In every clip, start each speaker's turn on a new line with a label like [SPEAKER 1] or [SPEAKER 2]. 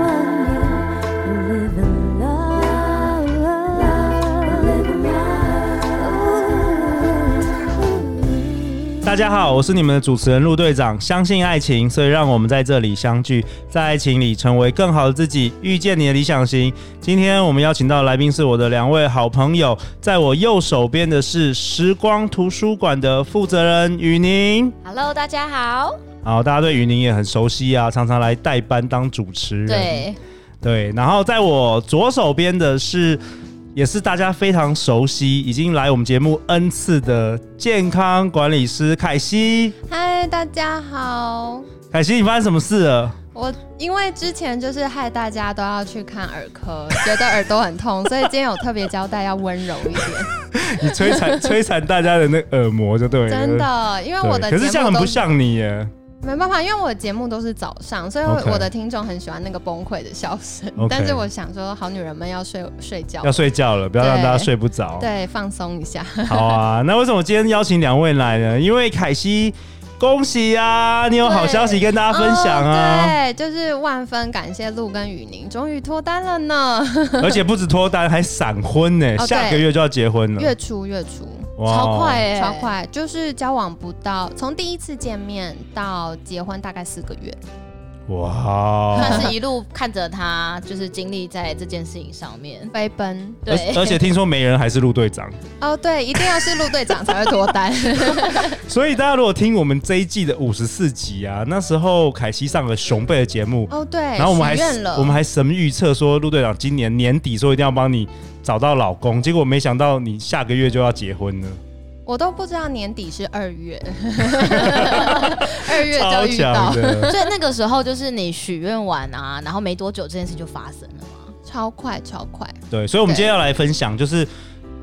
[SPEAKER 1] love you, live in love, live in love.
[SPEAKER 2] 大家好，我是你们的主持人陆队长。相信爱情，所以让我们在这里相聚，在爱情里成为更好的自己，遇见你的理想型。今天我们邀请到的来宾是我的两位好朋友，在我右手边的是时光图书馆的负责人雨宁。
[SPEAKER 3] Hello，大家好。
[SPEAKER 2] 好，大家对雨宁也很熟悉啊，常常来代班当主持人。
[SPEAKER 3] 对，
[SPEAKER 2] 对，然后在我左手边的是，也是大家非常熟悉，已经来我们节目 N 次的健康管理师凯西。
[SPEAKER 3] 嗨，大家好。
[SPEAKER 2] 凯西，你发生什么事了？
[SPEAKER 3] 我因为之前就是害大家都要去看耳科，觉得耳朵很痛，所以今天有特别交代要温柔一点。
[SPEAKER 2] 你摧残摧残大家的那耳膜 就对了。
[SPEAKER 3] 真。的，因为我的
[SPEAKER 2] 对，可是这
[SPEAKER 3] 节
[SPEAKER 2] 样
[SPEAKER 3] 目
[SPEAKER 2] 很
[SPEAKER 3] 都
[SPEAKER 2] 不像你耶。
[SPEAKER 3] 没办法，因为我的节目都是早上，所以
[SPEAKER 2] OK
[SPEAKER 3] 我的听众很喜欢那个崩溃的笑声。
[SPEAKER 2] OK
[SPEAKER 3] 但是我想说，好女人们要睡睡觉
[SPEAKER 2] 要，睡觉了，不要让
[SPEAKER 3] 对
[SPEAKER 2] 大家睡不着。
[SPEAKER 3] 哦对，放松一下。
[SPEAKER 2] 好啊，那为什么今天邀请两位来呢？因为凯西，恭喜啊，你有好
[SPEAKER 3] 对
[SPEAKER 2] 消息跟大家分享啊。
[SPEAKER 3] 哦对，就是万分感谢陆跟雨宁，终于脱单了呢，
[SPEAKER 2] 而且不止脱单，还闪婚呢、
[SPEAKER 3] 哦
[SPEAKER 2] 下个
[SPEAKER 3] 对
[SPEAKER 2] 月就要结婚了。
[SPEAKER 3] 月初月初。
[SPEAKER 2] 哇哦
[SPEAKER 4] 超快哎、
[SPEAKER 3] 超， 快，欸就是交往不到，从第一次见面到结婚大概四个月。
[SPEAKER 2] 哇，哦
[SPEAKER 4] 算是一路看着他，就是经历在这件事情上面。
[SPEAKER 3] 飞奔
[SPEAKER 2] 而
[SPEAKER 4] 对，
[SPEAKER 2] 而且听说没人还是陆队长，
[SPEAKER 3] 哦，对，一定要是陆队长才会脱单。
[SPEAKER 2] 所以大家如果听我们这一季的五十四集啊，那时候凯西上了熊贝的节目，
[SPEAKER 3] 哦，对，
[SPEAKER 2] 然后我们还
[SPEAKER 3] 许愿了，
[SPEAKER 2] 我们还神预测说陆队长今年年底说一定要帮你找到老公，结果没想到你下个月就要结婚了，
[SPEAKER 3] 我都不知道年底是 二月，二月
[SPEAKER 2] 超
[SPEAKER 3] 就遇到
[SPEAKER 2] 强， 的。
[SPEAKER 4] 所以那个时候就是你许愿完啊，然后没多久这件事就发生了嘛。
[SPEAKER 3] 超快超快。
[SPEAKER 2] 对，所以我们
[SPEAKER 3] 对
[SPEAKER 2] 今天要来分享，就是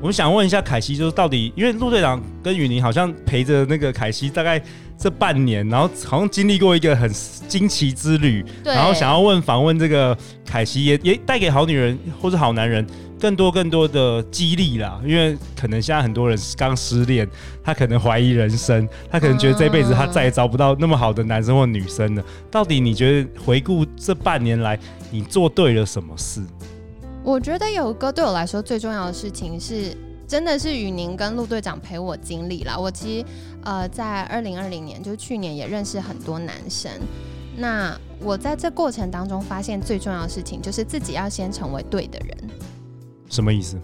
[SPEAKER 2] 我们想问一下凯西，就是到底因为陆队长跟雨宁好像陪着那个凯西大概这半年，然后好像经历过一个很惊奇之旅，
[SPEAKER 4] 对
[SPEAKER 2] 然后想要问访问这个凯西也，也带给好女人或者好男人更多更多的激励啦，因为可能现在很多人刚失恋，他可能怀疑人生，他可能觉得这辈子他再也找不到那么好的男生或女生了。到底你觉得回顾这半年来，你做对了什么事？
[SPEAKER 3] 我觉得有一个对我来说最重要的事情是，真的是雨宁跟陆队长陪我经历啦。我其实呃，在二零二零年，就是去年也认识很多男生。那我在这过程当中发现最重要的事情，就是自己要先成为对的人。
[SPEAKER 2] 什么意思？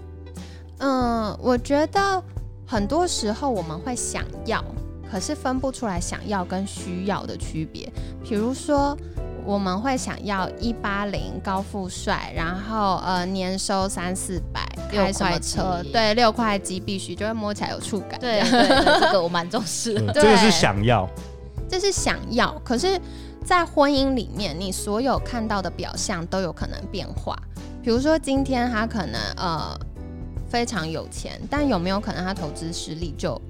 [SPEAKER 3] 嗯，我觉得很多时候我们会想要，可是分不出来想要跟需要的区别。比如说，我们会想要一八零高富帅，然后呃年收三四百，
[SPEAKER 4] 六
[SPEAKER 3] 开什么
[SPEAKER 4] 块
[SPEAKER 3] 车？
[SPEAKER 4] 肌
[SPEAKER 3] 对，六块肌必须就会摸起来有触感。
[SPEAKER 4] 对对对，这个我蛮重视的。
[SPEAKER 2] 呃这个是想要，
[SPEAKER 3] 这是想要，可是，在婚姻里面，你所有看到的表象都有可能变化。比如说，今天他可能呃非常有钱，但有没有可能他投资失利就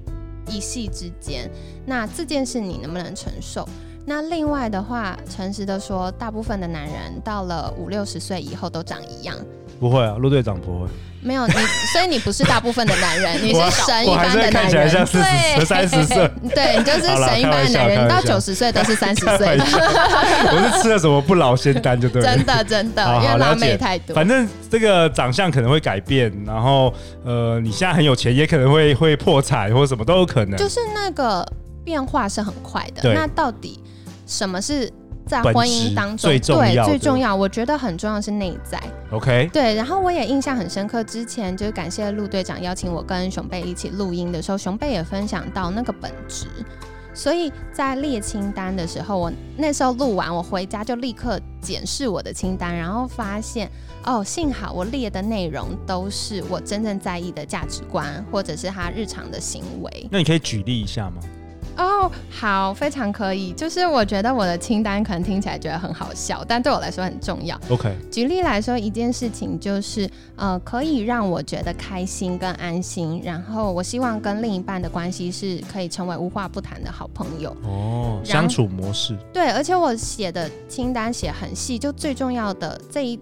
[SPEAKER 3] 一夕之间？那这件事你能不能承受？那另外的话，诚实的说，大部分的男人到了五六十岁以后都长一样，
[SPEAKER 2] 不会啊，陆队长不会，
[SPEAKER 3] 没有你，所以你不是大部分的男人，你
[SPEAKER 2] 我
[SPEAKER 3] 是神一
[SPEAKER 2] 我还
[SPEAKER 3] 般
[SPEAKER 2] 是
[SPEAKER 3] 的
[SPEAKER 2] 会看
[SPEAKER 3] 男
[SPEAKER 2] 起来像
[SPEAKER 3] 人。
[SPEAKER 2] 四十、三十岁。
[SPEAKER 3] 对，你就是
[SPEAKER 2] 好啦
[SPEAKER 3] 神一
[SPEAKER 2] 开
[SPEAKER 3] 般
[SPEAKER 2] 玩
[SPEAKER 3] 的
[SPEAKER 2] 笑
[SPEAKER 3] 男人，
[SPEAKER 2] 开玩
[SPEAKER 3] 到
[SPEAKER 2] 笑
[SPEAKER 3] 九十岁都是三十岁的。
[SPEAKER 2] 我是吃了什么不老仙丹就对了。
[SPEAKER 3] 真的真的，
[SPEAKER 2] 好好
[SPEAKER 3] 因为
[SPEAKER 2] 了
[SPEAKER 3] 辣
[SPEAKER 2] 解
[SPEAKER 3] 妹太多。
[SPEAKER 2] 反正这个长相可能会改变，然后呃，你现在很有钱，也可能会会破产或什么都有可能。
[SPEAKER 3] 就是那个变化是很快的
[SPEAKER 2] 对。
[SPEAKER 3] 那到底什么是在
[SPEAKER 2] 本质
[SPEAKER 3] 婚姻当中
[SPEAKER 2] 最重要
[SPEAKER 3] 对
[SPEAKER 2] 的
[SPEAKER 3] 最重要？我觉得很重要是内在。
[SPEAKER 2] OK，
[SPEAKER 3] 对，然后我也印象很深刻，之前就是感谢陆队长邀请我跟熊贝一起录音的时候，熊贝也分享到那个本质。所以在列清单的时候，我那时候录完，我回家就立刻检视我的清单，然后发现哦，幸好我列的内容都是我真正在意的价值观，或者是他日常的行为。
[SPEAKER 2] 那你可以举例一下吗？
[SPEAKER 3] 哦，好，非常可以。就是我觉得我的清单可能听起来觉得很好笑，但对我来说很重要。
[SPEAKER 2] OK，
[SPEAKER 3] 举例来说，一件事情就是，呃，可以让我觉得开心跟安心，然后我希望跟另一半的关系是可以成为无话不谈的好朋友。
[SPEAKER 2] 哦，
[SPEAKER 3] 然
[SPEAKER 2] 相处模式
[SPEAKER 3] 对，而且我写的清单写很细，就最重要的这一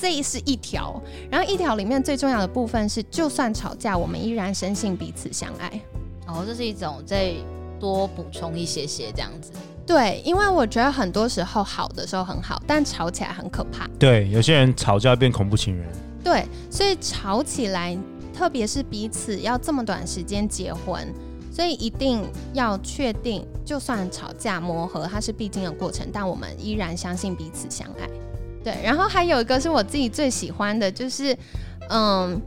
[SPEAKER 3] 这是一条，然后一条里面最重要的部分是，就算吵架，我们依然深信彼此相爱。
[SPEAKER 4] 哦，这是一种再多补充一些些这样子。
[SPEAKER 3] 对，因为我觉得很多时候好的时候很好，但吵起来很可怕。
[SPEAKER 2] 对，有些人吵架变恐怖情人，
[SPEAKER 3] 对，所以吵起来，特别是彼此要这么短时间结婚，所以一定要确定，就算吵架磨合，它是必经的过程，但我们依然相信彼此相爱。对，然后还有一个是我自己最喜欢的，就是嗯。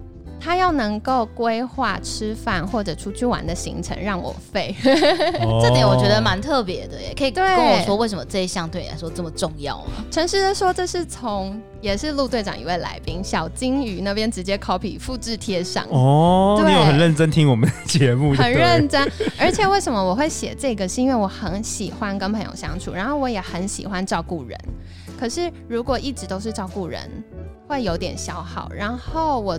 [SPEAKER 3] 他要能够规划吃饭或者出去玩的行程，让我废。
[SPEAKER 2] 这
[SPEAKER 4] 这点我觉得蛮特别的耶，可以
[SPEAKER 3] 对
[SPEAKER 4] 跟我说为什么这一项对你来说这么重要吗？
[SPEAKER 3] 诚实的说，这是从也是陆队长一位来宾小金鱼那边直接 copy 复制贴上。
[SPEAKER 2] 哦，
[SPEAKER 3] 对
[SPEAKER 2] 你有很认真听我们的节目，
[SPEAKER 3] 很
[SPEAKER 2] 对不对
[SPEAKER 3] 认真。而且为什么我会写这个，是因为我很喜欢跟朋友相处，然后我也很喜欢照顾人。可是如果一直都是照顾人，会有点消耗。然后我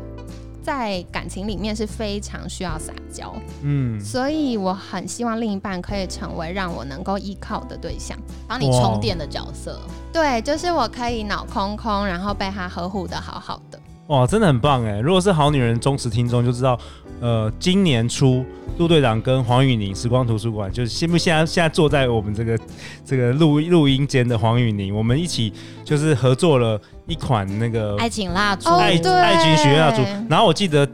[SPEAKER 3] 在感情里面是非常需要撒娇，
[SPEAKER 2] 嗯，
[SPEAKER 3] 所以我很希望另一半可以成为让我能够依靠的对象。
[SPEAKER 4] 帮你充电的角色，
[SPEAKER 3] 对，就是我可以脑空空，然后被他呵护的好好的。
[SPEAKER 2] 哇，真的很棒哎！如果是好女人忠实听众就知道，呃，今年初陆队长跟黄雨宁时光图书馆，就是现不现在现在坐在我们这个这个录录音间的黄雨宁，我们一起就是合作了一款那个
[SPEAKER 4] 爱情蜡烛，
[SPEAKER 3] 哦
[SPEAKER 2] 爱
[SPEAKER 3] 对
[SPEAKER 2] 爱情学院蜡烛，然后我记得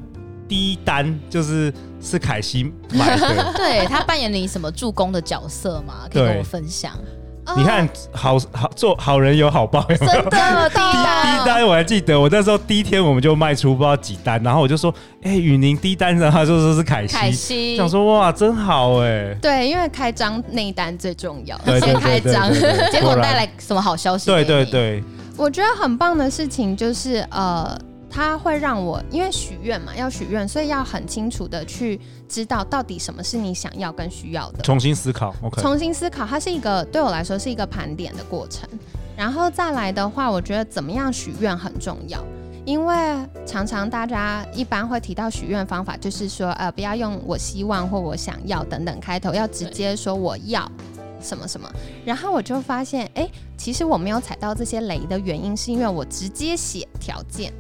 [SPEAKER 2] 第一单就是是凯西买的。
[SPEAKER 4] 对他扮演你什么助攻的角色吗？可以跟我 分享。
[SPEAKER 2] 你看，
[SPEAKER 3] 哦
[SPEAKER 2] 好好做好人有好报，有没有？
[SPEAKER 4] 真的，第一
[SPEAKER 2] 第一单我还记得，我那时候第一天我们就卖出不知道几单，然后我就说，哎、雨宁第一单，然后他就说是凯西，
[SPEAKER 4] 凯西
[SPEAKER 2] 想说哇，真好哎，
[SPEAKER 3] 对，因为开张内单最重要，
[SPEAKER 2] 对对
[SPEAKER 3] 先
[SPEAKER 2] 对
[SPEAKER 3] 开
[SPEAKER 2] 对
[SPEAKER 3] 张。
[SPEAKER 2] 对对
[SPEAKER 4] 结果
[SPEAKER 2] 果然
[SPEAKER 4] 带来什么好消息？
[SPEAKER 2] 对对，对，
[SPEAKER 3] 我觉得很棒的事情就是，呃，它会让我因为许愿嘛，要许愿，所以要很清楚的去知道到底什么是你想要跟需要的，
[SPEAKER 2] 重新思考，OK，
[SPEAKER 3] 重新思考。它是一个对我来说是一个盘点的过程，然后再来的话，我觉得怎么样许愿很重要。因为常常大家一般会提到许愿方法，就是说，呃，不要用我希望或我想要等等开头，要直接说我要什么什么。然后我就发现，哎，其实我没有踩到这些雷的原因，是因为我直接写条件，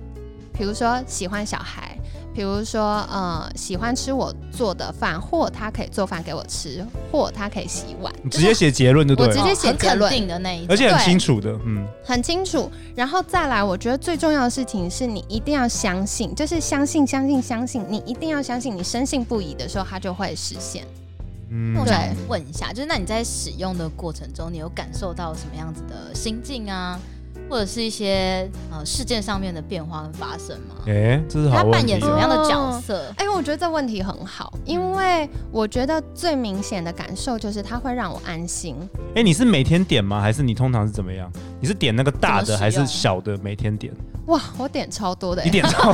[SPEAKER 3] 比如说喜欢小孩，比如说呃喜欢吃我做的饭，或他可以做饭给我吃，或他可以洗碗，
[SPEAKER 2] 你嗯直接写结论就对
[SPEAKER 3] 我直
[SPEAKER 2] 了，
[SPEAKER 3] 接写
[SPEAKER 4] 很
[SPEAKER 3] 结
[SPEAKER 4] 肯
[SPEAKER 3] 论
[SPEAKER 4] 定的那一种
[SPEAKER 2] 而且很清楚的，嗯，
[SPEAKER 3] 很清楚。然后再来，我觉得最重要的事情是你一定要相信，就是相信相信相信，你一定要相信，你深信不疑的时候，它就会实现。
[SPEAKER 2] 嗯
[SPEAKER 4] 那我想
[SPEAKER 3] 对
[SPEAKER 4] 问一下，就是那你在使用的过程中，你有感受到什么样子的心境啊，或者是一些呃事件上面的变化跟发生吗？
[SPEAKER 2] 哎、这是好
[SPEAKER 4] 他
[SPEAKER 2] 问
[SPEAKER 4] 扮
[SPEAKER 2] 题
[SPEAKER 4] 演什么样的角色？
[SPEAKER 3] 哎、我觉得这问题很好，因为我觉得最明显的感受就是它会让我安心。
[SPEAKER 2] 哎、你是每天点吗？还是你通常是怎么样？你是点那个大
[SPEAKER 4] 怎
[SPEAKER 2] 的
[SPEAKER 4] 么使
[SPEAKER 2] 还是
[SPEAKER 4] 用
[SPEAKER 2] 小的？每天点？
[SPEAKER 3] 哇，我点超多的、
[SPEAKER 2] 你
[SPEAKER 3] 欸，
[SPEAKER 2] 点超，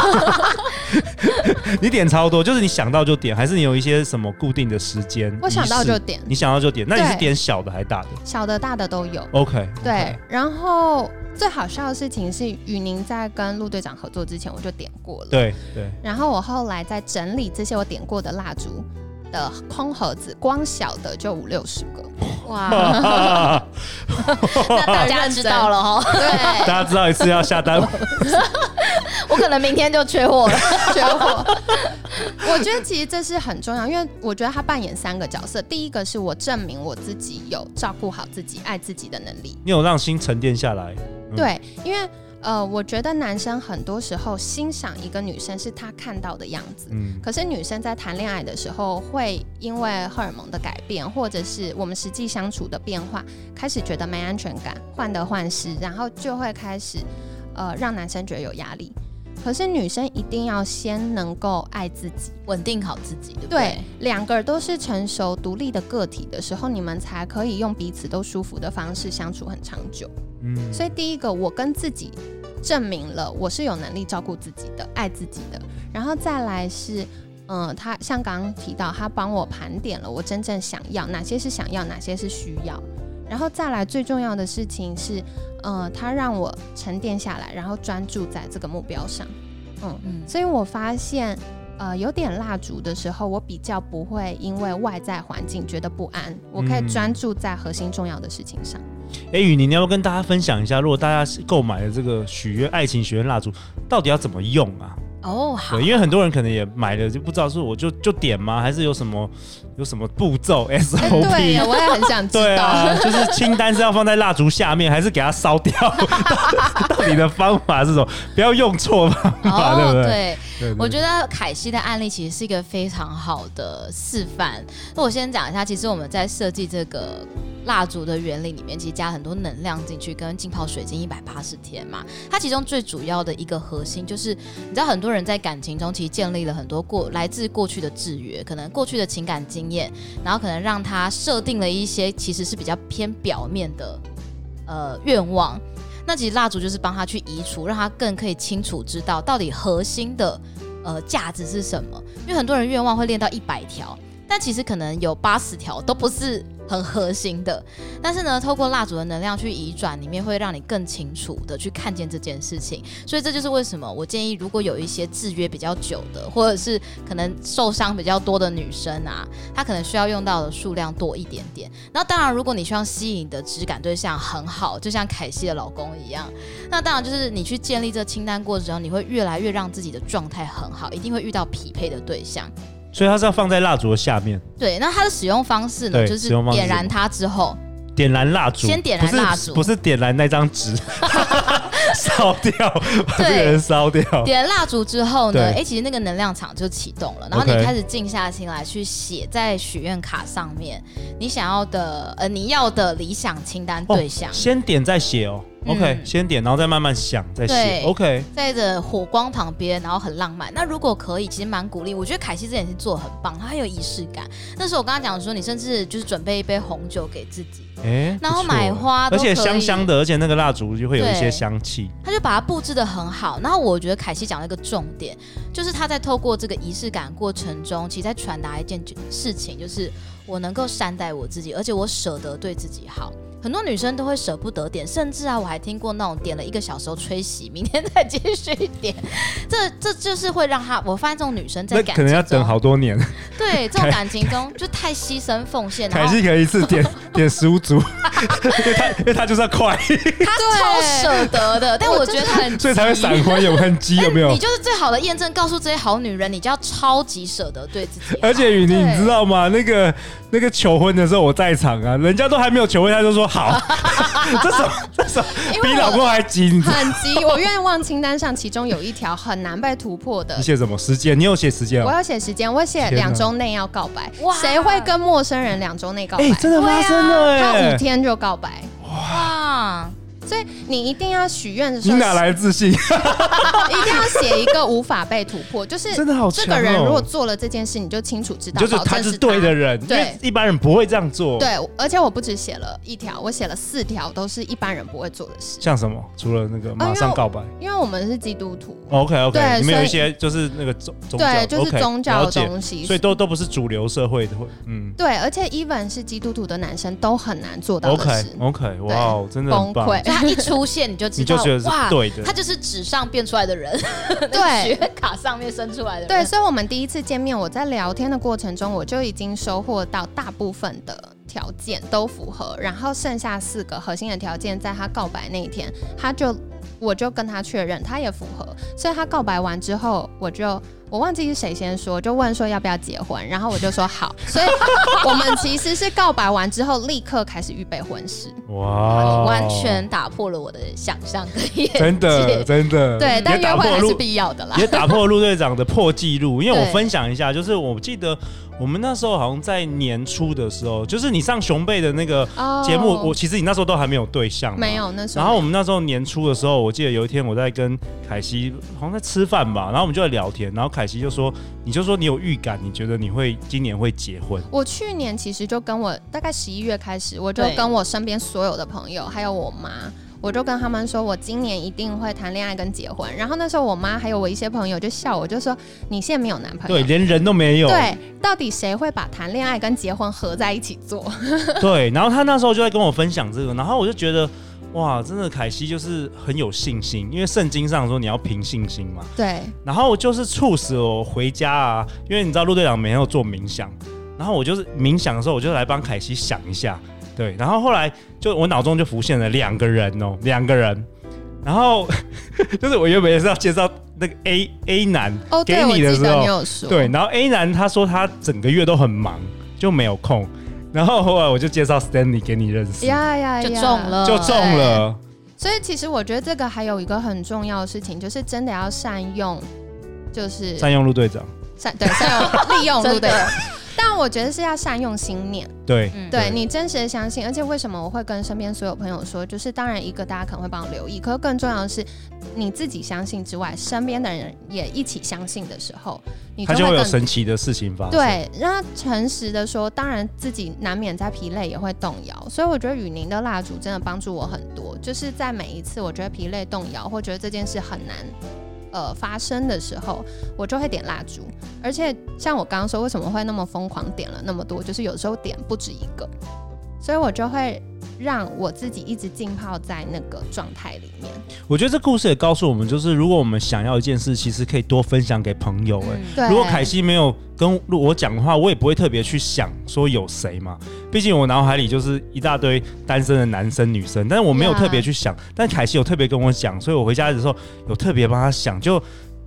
[SPEAKER 2] 你点超多，就是你想到就点，还是你有一些什么固定的时间？
[SPEAKER 3] 欸我想到
[SPEAKER 2] 仪式
[SPEAKER 3] 就点，
[SPEAKER 2] 你想到就点，那你是
[SPEAKER 3] 对
[SPEAKER 2] 点小的还是大的
[SPEAKER 3] 小的大的都有。
[SPEAKER 2] ？OK，
[SPEAKER 3] 对，然后最好笑的事情是，雨宁在跟陆队长合作之前我就点过了。
[SPEAKER 2] 对对，
[SPEAKER 3] 然后我后来在整理这些我点过的蜡烛的空盒子，光小的就五六十 个。
[SPEAKER 4] 哇，
[SPEAKER 2] 哦
[SPEAKER 4] 那大家知道 了哦，
[SPEAKER 2] 大
[SPEAKER 3] 对，
[SPEAKER 2] 家知道一次要下单，
[SPEAKER 4] 我可能明天就缺货了。
[SPEAKER 3] 绝活。我觉得其实这是很重要，因为我觉得他扮演三个角色。第一个是我证明我自己有照顾好自己、爱自己的能力。
[SPEAKER 2] 你有让心沉淀下来。嗯
[SPEAKER 3] 对，因为呃，我觉得男生很多时候欣赏一个女生是他看到的样子。
[SPEAKER 2] 嗯，
[SPEAKER 3] 可是女生在谈恋爱的时候，会因为荷尔蒙的改变，或者是我们实际相处的变化，开始觉得没安全感，患得患失，然后就会开始，呃，让男生觉得有压力。可是女生一定要先能够爱自己，
[SPEAKER 4] 稳定好自己，对不
[SPEAKER 3] 对
[SPEAKER 4] 对？，
[SPEAKER 3] 两个都是成熟独立的个体的时候，你们才可以用彼此都舒服的方式相处很长久。
[SPEAKER 2] 嗯
[SPEAKER 3] 所以第一个，我跟自己证明了我是有能力照顾自己的、爱自己的。然后再来是，嗯、他像刚刚提到，他帮我盘点了我真正想要哪些是想要，哪些是需要。然后再来最重要的事情是，呃，他让我沉淀下来，然后专注在这个目标上。嗯，
[SPEAKER 4] 嗯，
[SPEAKER 3] 所以我发现，呃，有点蜡烛的时候，我比较不会因为外在环境觉得不安，我可以
[SPEAKER 2] 嗯
[SPEAKER 3] 专注在核心重要的事情上。
[SPEAKER 2] 哎，雨宁，你要不要跟大家分享一下，如果大家是购买了这个许愿爱情许愿蜡烛，到底要怎么用啊？
[SPEAKER 4] 哦，好
[SPEAKER 2] 对，，因为很多人可能也买了就不知道是我就就点吗？还是有什么有什么步骤
[SPEAKER 3] 哎、对
[SPEAKER 2] SOP？
[SPEAKER 3] 耶，我也很想知
[SPEAKER 2] 对
[SPEAKER 3] 道。
[SPEAKER 2] 啊，就是清单是要放在蜡烛下面，还是给它烧 掉？到底的方法是什么？不要用错方法，
[SPEAKER 3] 哦
[SPEAKER 2] 对不对？
[SPEAKER 4] 哦对，
[SPEAKER 2] 对
[SPEAKER 4] 我觉得凯西的案例其实是一个非常好的示范。那我先讲一下，其实我们在设计这个蜡烛的原理里面，其实加很多能量进去，跟浸泡水晶一百八十天嘛。它其中最主要的一个核心就是，你知道很多人在感情中其实建立了很多过来自过去的制约，可能过去的情感经验，然后可能让他设定了一些其实是比较偏表面的呃愿望。那其实蜡烛就是帮他去移除，让他更可以清楚知道到底核心的呃价值是什么。因为很多人愿望会列到一百条，但其实可能有八十条都不是很核心的。但是呢，透过蜡烛的能量去移转，里面会让你更清楚的去看见这件事情。所以这就是为什么我建议，如果有一些制约比较久的，或者是可能受伤比较多的女生啊，她可能需要用到的数量多一点点。那当然，如果你希望吸引的质感对象很好，就像凯西的老公一样，那当然就是你去建立这清单过程中，你会越来越让自己的状态很好，一定会遇到匹配的对象。
[SPEAKER 2] 所以它是要放在蜡烛的下面，
[SPEAKER 4] 对，那它的使用方式呢，
[SPEAKER 2] 对
[SPEAKER 4] 就是
[SPEAKER 2] 使用方式
[SPEAKER 4] 点燃它之后，
[SPEAKER 2] 点燃蜡烛，
[SPEAKER 4] 先点燃
[SPEAKER 2] 不是
[SPEAKER 4] 蜡烛
[SPEAKER 2] 不是点燃那张 纸，烧掉，把这个人烧掉。
[SPEAKER 4] 点蜡烛之后呢，
[SPEAKER 2] 哦对
[SPEAKER 4] 哎、其实那个能量场就启动了，然后你
[SPEAKER 2] OK
[SPEAKER 4] 开始静下心来去写在许愿卡上面你想要的呃你要的理想清单
[SPEAKER 2] 哦
[SPEAKER 4] 对象，
[SPEAKER 2] 先点再写哦。
[SPEAKER 4] 嗯
[SPEAKER 2] OK，先点，然后再慢慢想，再写
[SPEAKER 4] 对。
[SPEAKER 2] OK，
[SPEAKER 4] 在着火光旁边，然后很浪漫。那如果可以，其实蛮鼓励。我觉得凯西这点是做的很棒，她很有仪式感。那时候我跟她讲说，你甚至就是准备一杯红酒给自己，
[SPEAKER 2] 哎，
[SPEAKER 4] 然后
[SPEAKER 2] 不错
[SPEAKER 4] 买花都
[SPEAKER 2] 而
[SPEAKER 4] 可
[SPEAKER 2] 且
[SPEAKER 4] 以
[SPEAKER 2] 香香的，而且那个蜡烛就会有一些
[SPEAKER 4] 对
[SPEAKER 2] 香气。
[SPEAKER 4] 他就把它布置的很好。然后我觉得凯西讲了一个重点，就是他在透过这个仪式感过程中，其实在传达一件事情，就是我能够善待我自己，而且我舍得对自己好。很多女生都会舍不得点，甚至啊，我还听过那种点了一个小时后吹洗，明天再继续点。 这这就是会让她，我发现这种女生在
[SPEAKER 2] 那
[SPEAKER 4] 感情
[SPEAKER 2] 可能要等
[SPEAKER 4] 中
[SPEAKER 2] 好多年，
[SPEAKER 4] 对这种感情中就太牺牲奉献，
[SPEAKER 2] 凯
[SPEAKER 4] 然后
[SPEAKER 2] 西可以一次点点十五组， 因为他因为他就是要快，
[SPEAKER 4] 她超舍得的。但我觉得她很
[SPEAKER 2] 所以才会闪婚永恨鸡，有没有
[SPEAKER 4] 你？就是最好的验证，告诉这些好女人，你就要超级舍得对自己好。
[SPEAKER 2] 而且雨宁，
[SPEAKER 3] 对
[SPEAKER 2] 你知道吗？那个那个求婚的时候，我在场啊，人家都还没有求婚，他就说 好，这什么这什么
[SPEAKER 3] 因为
[SPEAKER 2] 比
[SPEAKER 3] 我
[SPEAKER 2] 老公还急，你知道
[SPEAKER 3] 很急，我愿望清单上其中有一条很难被突破的
[SPEAKER 2] 你，写什么时间？你有写时间
[SPEAKER 3] 我
[SPEAKER 2] 哦？
[SPEAKER 3] 要写时间，我写
[SPEAKER 2] 天哪
[SPEAKER 3] 两周内要告白
[SPEAKER 4] 哇。
[SPEAKER 3] 谁会跟陌生人两周内告白？
[SPEAKER 2] 哎，真的发生了
[SPEAKER 3] 啊他五
[SPEAKER 2] 哎！
[SPEAKER 3] 天就告白，
[SPEAKER 4] 哇，
[SPEAKER 3] 所以你一定要许愿的时
[SPEAKER 2] 你
[SPEAKER 3] 候，哦
[SPEAKER 2] 哪来的自信？
[SPEAKER 3] 一定要写一个无法被突破，就是
[SPEAKER 2] 真的好强
[SPEAKER 3] 这
[SPEAKER 2] 哦
[SPEAKER 3] 个人如果做了这件事，你就清楚知
[SPEAKER 2] 你
[SPEAKER 3] 道，
[SPEAKER 2] 就是
[SPEAKER 3] 保证
[SPEAKER 2] 他是对的人，因
[SPEAKER 3] 对
[SPEAKER 2] 为一般人不会这样做。，
[SPEAKER 3] 对，而且我不止写了一条，我写了四条，都是一般人不会做的事，
[SPEAKER 2] 像什么？除了那个马
[SPEAKER 3] 因为
[SPEAKER 2] 上
[SPEAKER 3] 我
[SPEAKER 2] 告白
[SPEAKER 3] 因为我们是基督徒，
[SPEAKER 2] ，OK OK，
[SPEAKER 3] 哎对
[SPEAKER 2] 你们
[SPEAKER 3] 所以
[SPEAKER 2] 有一些就是那个宗哦宗教，
[SPEAKER 3] 对，就是
[SPEAKER 2] OK，
[SPEAKER 3] 宗教
[SPEAKER 2] 了
[SPEAKER 3] 的
[SPEAKER 2] 解
[SPEAKER 3] 东西，
[SPEAKER 2] 所以都都不是主流社会的，会嗯
[SPEAKER 3] 对，而且 even 是基督徒的男生都很难做到的
[SPEAKER 2] ，OK
[SPEAKER 3] 事。
[SPEAKER 2] OK，哇哦，真的很棒，
[SPEAKER 3] 崩溃
[SPEAKER 4] 所以他一出现你就
[SPEAKER 2] 你
[SPEAKER 4] 知
[SPEAKER 2] 就
[SPEAKER 4] 道，
[SPEAKER 2] 觉得是
[SPEAKER 4] 哇，
[SPEAKER 2] 对的
[SPEAKER 4] 他，就是纸上变出来的人，
[SPEAKER 3] 对
[SPEAKER 4] 学卡上面生出来的
[SPEAKER 3] 对，
[SPEAKER 4] 人。
[SPEAKER 3] 所以我们第一次见面，我在聊天的过程中，我就已经收获到大部分的条件都符合，然后剩下四个核心的条件，在他告白那一天，他就我就跟他确认，他也符合，所以他告白完之后，我就我忘记是谁先说，就问说要不要结婚，然后我就说好，所以我们其实是告白完之后立刻开始预备婚事，
[SPEAKER 2] 哇
[SPEAKER 4] 哇
[SPEAKER 2] 哦，
[SPEAKER 4] 你完全打破了我的想象跟眼界。
[SPEAKER 2] 真 的真的，
[SPEAKER 3] 对，但
[SPEAKER 2] 也
[SPEAKER 3] 约
[SPEAKER 2] 打
[SPEAKER 3] 会
[SPEAKER 2] 破
[SPEAKER 3] 还
[SPEAKER 2] 陆
[SPEAKER 3] 是必要的啦。
[SPEAKER 2] 也打破陆队长的破纪录，因为我
[SPEAKER 4] 对
[SPEAKER 2] 分享一下，就是我记得我们那时候好像在年初的时候，就是你上熊贝的那个
[SPEAKER 3] 哦
[SPEAKER 2] 节目，我其实你那时候都还没有对象嘛，
[SPEAKER 3] 没有那时候
[SPEAKER 2] 然后我们那时候年初的时候，我记得有一天我在跟凯西好像在吃饭吧，然后我们就在聊天，然后凯西就说，你就说你有预感，你觉得你会今年会结婚，
[SPEAKER 3] 我去年其实就跟我大概十一月开始，我就
[SPEAKER 4] 对
[SPEAKER 3] 跟我身边所有的朋友，还有我妈，我就跟他们说，我今年一定会谈恋爱跟结婚。然后那时候我妈还有我一些朋友就笑我，就说你现在没有男朋
[SPEAKER 2] 对，
[SPEAKER 3] 友。
[SPEAKER 2] 连人都没有，
[SPEAKER 3] 哎对，到底谁会把谈恋爱跟结婚合在一起做？
[SPEAKER 2] 对，然后他那时候就在跟我分享这个，然后我就觉得。哇，真的，凯西就是很有信心，因为圣经上说你要凭信心嘛。
[SPEAKER 3] 对，
[SPEAKER 2] 然后就是促使我回家啊，因为你知道陆队长每天要做冥想，然后我就是冥想的时候，我就来帮凯西想一下，对，然后后来就我脑中就浮现了两个人哦，两个人，然后 就是我原本也是要介绍那个 A A 男
[SPEAKER 3] 哦，
[SPEAKER 2] 给
[SPEAKER 3] 对，我
[SPEAKER 2] 你的
[SPEAKER 3] 记
[SPEAKER 2] 时
[SPEAKER 3] 得你
[SPEAKER 2] 候，
[SPEAKER 3] 有说，
[SPEAKER 2] 对，然后 A 男他说他整个月都很忙，就没有空，然后后来我就介绍 Stanley 给你认识，
[SPEAKER 3] 呀哎呀呀，
[SPEAKER 4] 就中。
[SPEAKER 3] 呃
[SPEAKER 4] 了，
[SPEAKER 2] 就中
[SPEAKER 3] 哎
[SPEAKER 2] 了，
[SPEAKER 3] 所以其实我觉得这个还有一个很重要的事情，就是真的要善用，就是
[SPEAKER 2] 善用陆队长，
[SPEAKER 3] 善对善 用利用，对不
[SPEAKER 4] 真
[SPEAKER 3] 对？
[SPEAKER 4] 的，
[SPEAKER 3] 但我觉得是要善用心念，
[SPEAKER 2] 对，
[SPEAKER 4] 嗯
[SPEAKER 3] 对你真实的相信。而且为什么我会跟身边所有朋友说，就是当然一个大家可能会帮我留意，可是更重要的是你自己相信之外，身边的人也一起相信的时候，你
[SPEAKER 2] 他
[SPEAKER 3] 就
[SPEAKER 2] 就会有
[SPEAKER 3] 更
[SPEAKER 2] 神奇的事情发生，，
[SPEAKER 3] 对，让他诚实的说，当然自己难免在疲累也会动摇，所以我觉得雨宁的蜡烛真的帮助我很多，就是在每一次我觉得疲累动摇或觉得这件事很难。呃，发生的时候，我就会点蜡烛，而且像我刚刚说，为什么会那么疯狂点了那么多，就是有时候点不止一个，所以我就会让我自己一直浸泡在那个状态里面。
[SPEAKER 2] 我觉得这故事也告诉我们，就是如果我们想要一件事，其实可以多分享给朋友、哎、
[SPEAKER 4] 嗯
[SPEAKER 3] 对，
[SPEAKER 2] 如果凯西没有跟我讲的话，我也不会特别去想说有谁嘛。毕竟我脑海里就是一大堆单身的男生女生，但是我没有
[SPEAKER 3] Yeah
[SPEAKER 2] 特别去想。但凯西有特别跟我讲，所以我回家的时候有特别帮他想，就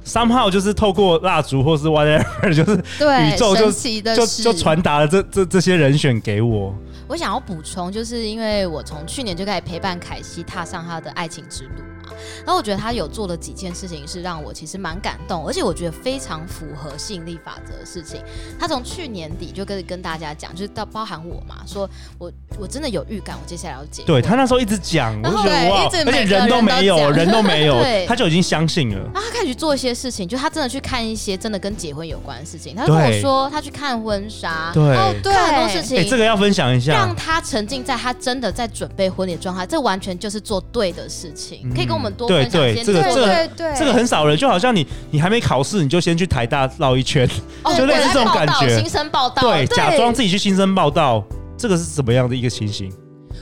[SPEAKER 2] somehow 就是透过蜡烛或是 whatever，就是
[SPEAKER 3] 对
[SPEAKER 2] 宇宙
[SPEAKER 3] 神
[SPEAKER 2] 就
[SPEAKER 3] 奇的
[SPEAKER 2] 就是就传达了这这这些人选给我。
[SPEAKER 4] 我想要补充，就是因为我从去年就开始陪伴凯西踏上她的爱情之路嘛，然后我觉得她有做了几件事情是让我其实蛮感动，而且我觉得非常符合吸引力法则的事情。她从去年底就跟跟大家讲，就是到包含我嘛，说我我真的有预感，我接下来要结婚。
[SPEAKER 2] 对他那时候一直讲，我
[SPEAKER 4] 然
[SPEAKER 2] 就
[SPEAKER 4] 后
[SPEAKER 2] 觉得
[SPEAKER 3] 对
[SPEAKER 2] 哇
[SPEAKER 3] 一直，
[SPEAKER 2] 而且
[SPEAKER 3] 每个人
[SPEAKER 2] 人
[SPEAKER 3] 都
[SPEAKER 2] 都没有，
[SPEAKER 3] 讲
[SPEAKER 2] 人都没 有
[SPEAKER 4] 对，
[SPEAKER 2] 他就已经相信了。
[SPEAKER 4] 啊然后他开始去做一些事情，就他真的去看一些真的跟结婚有关的事情。他就跟我
[SPEAKER 2] 对
[SPEAKER 4] 说，他去看婚纱，
[SPEAKER 2] 对，
[SPEAKER 3] 哦，
[SPEAKER 2] 哎、
[SPEAKER 3] 对，
[SPEAKER 4] 看很多事情，
[SPEAKER 2] 这个要分享一下
[SPEAKER 4] 让。他沉浸在他真的在准备婚礼的状态，这完全就是做对的事情。
[SPEAKER 2] 嗯
[SPEAKER 4] 可以跟我们多
[SPEAKER 2] 对
[SPEAKER 4] 分享一些
[SPEAKER 2] 对这个
[SPEAKER 3] 对
[SPEAKER 2] 这个
[SPEAKER 3] 对对，
[SPEAKER 2] 这个很少人，就好像你你还没考试，你就先去台大绕一圈，
[SPEAKER 4] 哦
[SPEAKER 2] 就类似这种感
[SPEAKER 4] 我在报道
[SPEAKER 2] 觉
[SPEAKER 4] 新生报道，
[SPEAKER 2] 对，假装自己去新生报道，这个是怎么样的一个情形？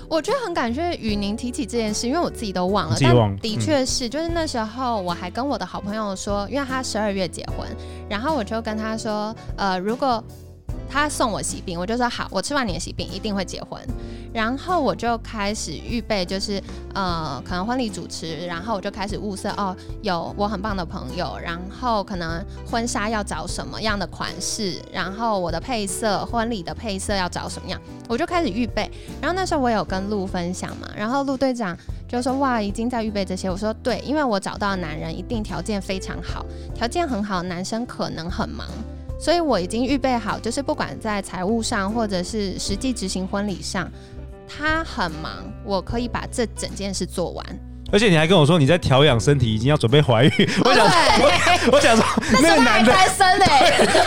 [SPEAKER 3] 我觉得很感谢雨宁提起这件事，因为我自己都忘了
[SPEAKER 2] 你，自己
[SPEAKER 3] 但
[SPEAKER 2] 忘
[SPEAKER 3] 的
[SPEAKER 2] 嗯
[SPEAKER 3] 确是，就是那时候我还跟我的好朋友说，因为他十二月结婚，然后我就跟他说，呃，如果他送我喜饼，我就说好，我吃完你的喜饼一定会结婚。然后我就开始预备，就是呃，可能婚礼主持，然后我就开始物色哦，有我很棒的朋友，然后可能婚纱要找什么样的款式，然后我的配色，婚礼的配色要找什么样，我就开始预备。然后那时候我有跟陆分享嘛，然后陆队长就说哇，已经在预备这些。我说对，因为我找到的男人一定条件非常好，条件很好，男生可能很忙。所以我已经预备好，就是不管在财务上，或者是实际执行婚礼上，他很忙，我可以把这整件事做完。
[SPEAKER 2] 而且你还跟我说你在调养身体，已经要准备怀孕，我想
[SPEAKER 3] 对，
[SPEAKER 2] 我想说那个男的，
[SPEAKER 4] 单身嘞，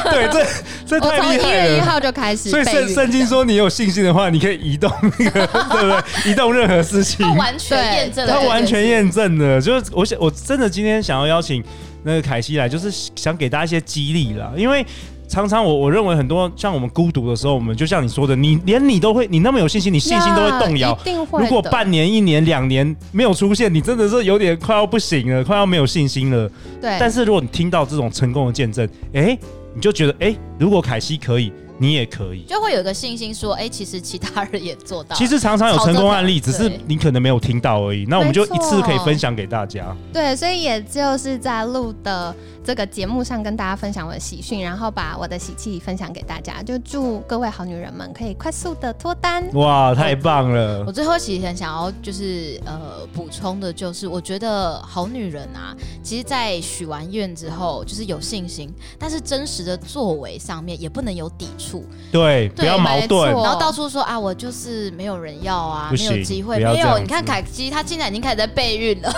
[SPEAKER 2] 对，这这
[SPEAKER 3] 欸我
[SPEAKER 2] 太
[SPEAKER 3] 从
[SPEAKER 2] 厉
[SPEAKER 3] 一
[SPEAKER 2] 害
[SPEAKER 3] 月一
[SPEAKER 2] 了。
[SPEAKER 3] 号就开始
[SPEAKER 2] 所以
[SPEAKER 3] 备
[SPEAKER 2] 圣
[SPEAKER 3] 孕
[SPEAKER 2] 圣经说你有信心的话，你可以移动那个， 对不对？移动任何事情
[SPEAKER 4] 他，完全
[SPEAKER 3] 对
[SPEAKER 4] 验证了，
[SPEAKER 2] 他完全验证了。就是我想，我真的今天想要邀请那个凯西来，就是想给大家一些激励啦。因为常常我我认为很多像我们孤独的时候，我们就像你说的，你连你都会，你那么有信心，你信心都会动摇
[SPEAKER 3] 呀。一定会的。
[SPEAKER 2] 如果半年、一年、两年没有出现，你真的是有点快要不行了，快要没有信心了。
[SPEAKER 3] 对，
[SPEAKER 2] 但是如果你听到这种成功的见证，哎、你就觉得，哎、如果凯西可以，你也可以。
[SPEAKER 4] 就会有一个信心说，哎，其实其他人也做到。
[SPEAKER 2] 其实常常有成功案例，
[SPEAKER 4] 朝
[SPEAKER 2] 只
[SPEAKER 4] 着他
[SPEAKER 2] 是
[SPEAKER 4] 对
[SPEAKER 2] 你可能没有听到而已。那我们就一次可以分享给大家。
[SPEAKER 3] 对，所以也就是在录的这个节目上跟大家分享我的喜讯，然后把我的喜气分享给大家。就祝各位好女人们可以快速的脱单。
[SPEAKER 2] 哇，太棒了
[SPEAKER 4] 我！最后其实很想要就是呃补充的，就是我觉得好女人啊，其实，在许完愿之后，就是有信心，但是真实的作为上面也不能有抵触，
[SPEAKER 2] 对，不要矛盾
[SPEAKER 3] 没。错
[SPEAKER 4] 然后到处说啊，我就是没有人要啊，
[SPEAKER 2] 不
[SPEAKER 4] 没
[SPEAKER 2] 行
[SPEAKER 4] 有机会，
[SPEAKER 2] 不要
[SPEAKER 4] 没
[SPEAKER 2] 这样
[SPEAKER 4] 有。
[SPEAKER 2] 子
[SPEAKER 4] 你看凯基，她现在已经开始在备孕了，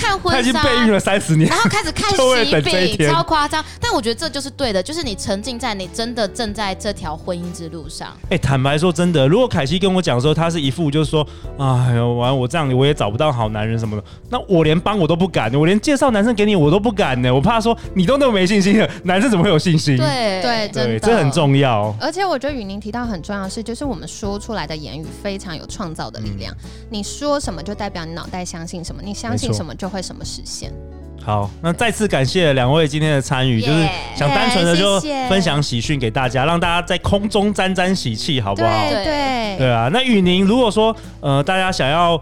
[SPEAKER 4] 看婚纱，
[SPEAKER 2] 他已经备孕了三十年，
[SPEAKER 4] 然后开始看
[SPEAKER 2] 就为了
[SPEAKER 4] 喜
[SPEAKER 2] 等这一
[SPEAKER 4] 饼，
[SPEAKER 2] 天
[SPEAKER 4] 超夸张。但我觉得这就是对的，就是你沉浸在你真的正在这条婚姻之路上。
[SPEAKER 2] 哎、坦白说，真的，如果凯西跟我讲说，他是一副就是说，哎呦，完我这样我也找不到好男人什么的，那我连帮我都不敢，我连介绍男生给你我都不敢呢，我怕说你都那么没信心了，男生怎么会有信心？
[SPEAKER 4] 对
[SPEAKER 3] 对真
[SPEAKER 2] 对，
[SPEAKER 3] 的
[SPEAKER 2] 这很重要。
[SPEAKER 3] 而且我觉得雨宁提到很重要的是，就是我们说出来的言语非常有创造的力量。你说什么就代表你脑袋相信什么，你相
[SPEAKER 2] 嗯没
[SPEAKER 3] 信
[SPEAKER 2] 错
[SPEAKER 3] 什么就会什么实现。
[SPEAKER 2] 好，那再次感谢两位今天的参与，
[SPEAKER 4] Yeah
[SPEAKER 2] 就是想单纯的就
[SPEAKER 3] 谢谢
[SPEAKER 2] 分享喜讯给大家，让大家在空中沾沾喜气，好不好？
[SPEAKER 3] 对
[SPEAKER 4] 哎
[SPEAKER 3] 对
[SPEAKER 2] 对啊，那雨宁，如果说呃大家想要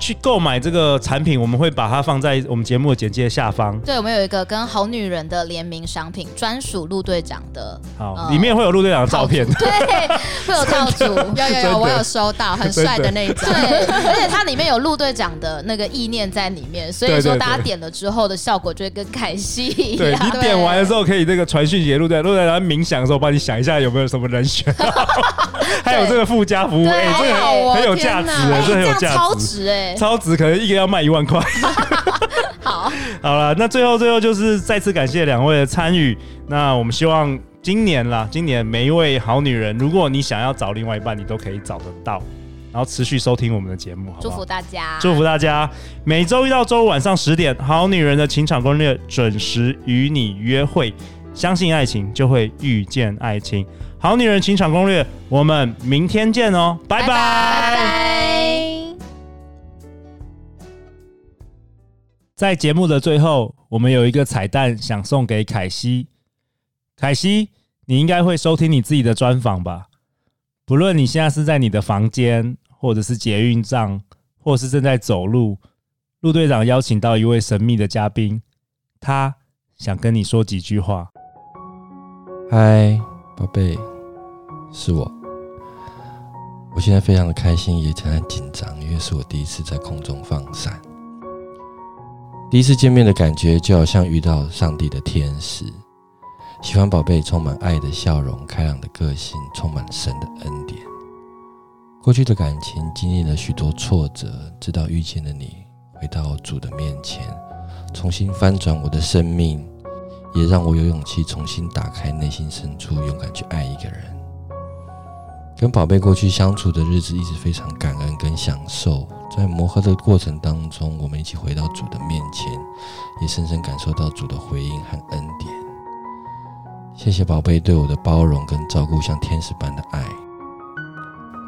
[SPEAKER 2] 去购买这个产品，我们会把它放在我们节目的简介下方。
[SPEAKER 4] 对，我们有一个跟好女人的联名商品，专属陆队长的
[SPEAKER 2] 好，
[SPEAKER 4] 呃
[SPEAKER 2] 里面会有陆队长的照片
[SPEAKER 4] 套。组对，会有套组。
[SPEAKER 3] 有有
[SPEAKER 2] 真的
[SPEAKER 3] 有，我有收到，很帅的那一张
[SPEAKER 4] 对，。而且它里面有陆队长的那个意念在里面，所以
[SPEAKER 2] 对对
[SPEAKER 4] 说
[SPEAKER 2] 对
[SPEAKER 4] 大家点了之后的效果就会跟凯西一
[SPEAKER 2] 对
[SPEAKER 4] 样。
[SPEAKER 2] 你点完的时候，可以这个传讯给陆队长，陆队长在冥想的时候，帮你想一下有没有什么人 选，还有这个附加服务，
[SPEAKER 4] 对
[SPEAKER 2] 哎、这
[SPEAKER 4] 好
[SPEAKER 2] 个
[SPEAKER 4] 好哦
[SPEAKER 2] 很有价值
[SPEAKER 3] 天哪
[SPEAKER 2] 哎
[SPEAKER 4] 哎
[SPEAKER 2] 这很有
[SPEAKER 4] 这
[SPEAKER 2] 价
[SPEAKER 4] 样
[SPEAKER 2] 值
[SPEAKER 4] 超值哎、
[SPEAKER 2] 超值，可能一个要卖一万块。
[SPEAKER 4] 好，
[SPEAKER 2] 好了，那最后最后就是再次感谢两位的参与。那我们希望今年啦，今年每一位好女人，如果你想要找另外一半，你都可以找得到。然后持续收听我们的节目，好不
[SPEAKER 4] 祝
[SPEAKER 2] 好
[SPEAKER 4] 福大家，
[SPEAKER 2] 祝福大家，每周一到周五晚上十点，《好女人的情场攻略》准时与你约会。相信爱情，就会遇见爱情。《好女人情场攻略》，我们明天见哦，拜拜
[SPEAKER 4] 拜拜。
[SPEAKER 2] 在节目的最后，我们有一个彩蛋想送给凯西。凯西，你应该会收听你自己的专访吧？不论你现在是在你的房间，或者是捷运站，或是正在走路，陆队长邀请到一位神秘的嘉宾，他想跟你说几句话。
[SPEAKER 5] 嗨，宝贝，是我。我现在非常的开心，也很紧张，因为是我第一次在空中放闪。第一次见面的感觉就好像遇到上帝的天使。喜欢宝贝充满爱的笑容、开朗的个性，充满神的恩典。过去的感情经历了许多挫折，直到遇见了你，回到主的面前，重新翻转我的生命。也让我有勇气重新打开内心深处，勇敢去爱一个人。跟宝贝过去相处的日子一直非常感恩跟享受，在磨合的过程当中，我们一起回到主的面前，也深深感受到主的回应和恩典。谢谢宝贝对我的包容跟照顾，像天使般的爱。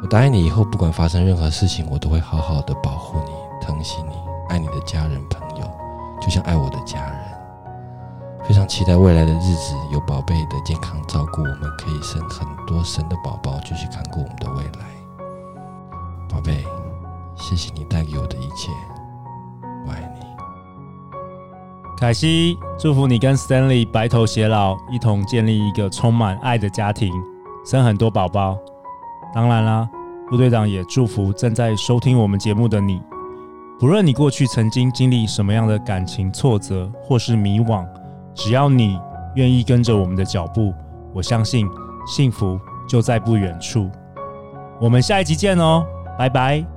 [SPEAKER 5] 我答应你以后，不管发生任何事情，我都会好好的保护你、疼惜你、爱你的家人朋友，就像爱我的家人。非常期待未来的日子有宝贝的健康照顾，我们可以生很多神的宝宝，继续看顾我们的未来。宝贝，谢谢你带给我的一切，我爱你。
[SPEAKER 2] 凯西，祝福你跟 Stanley 白头偕老，一同建立一个充满爱的家庭，生很多宝宝。当然啦，陆队长也祝福正在收听我们节目的你，不论你过去曾经经历什么样的感情挫折或是迷惘，只要你愿意跟着我们的脚步，我相信幸福就在不远处。我们下一集见哦，拜拜。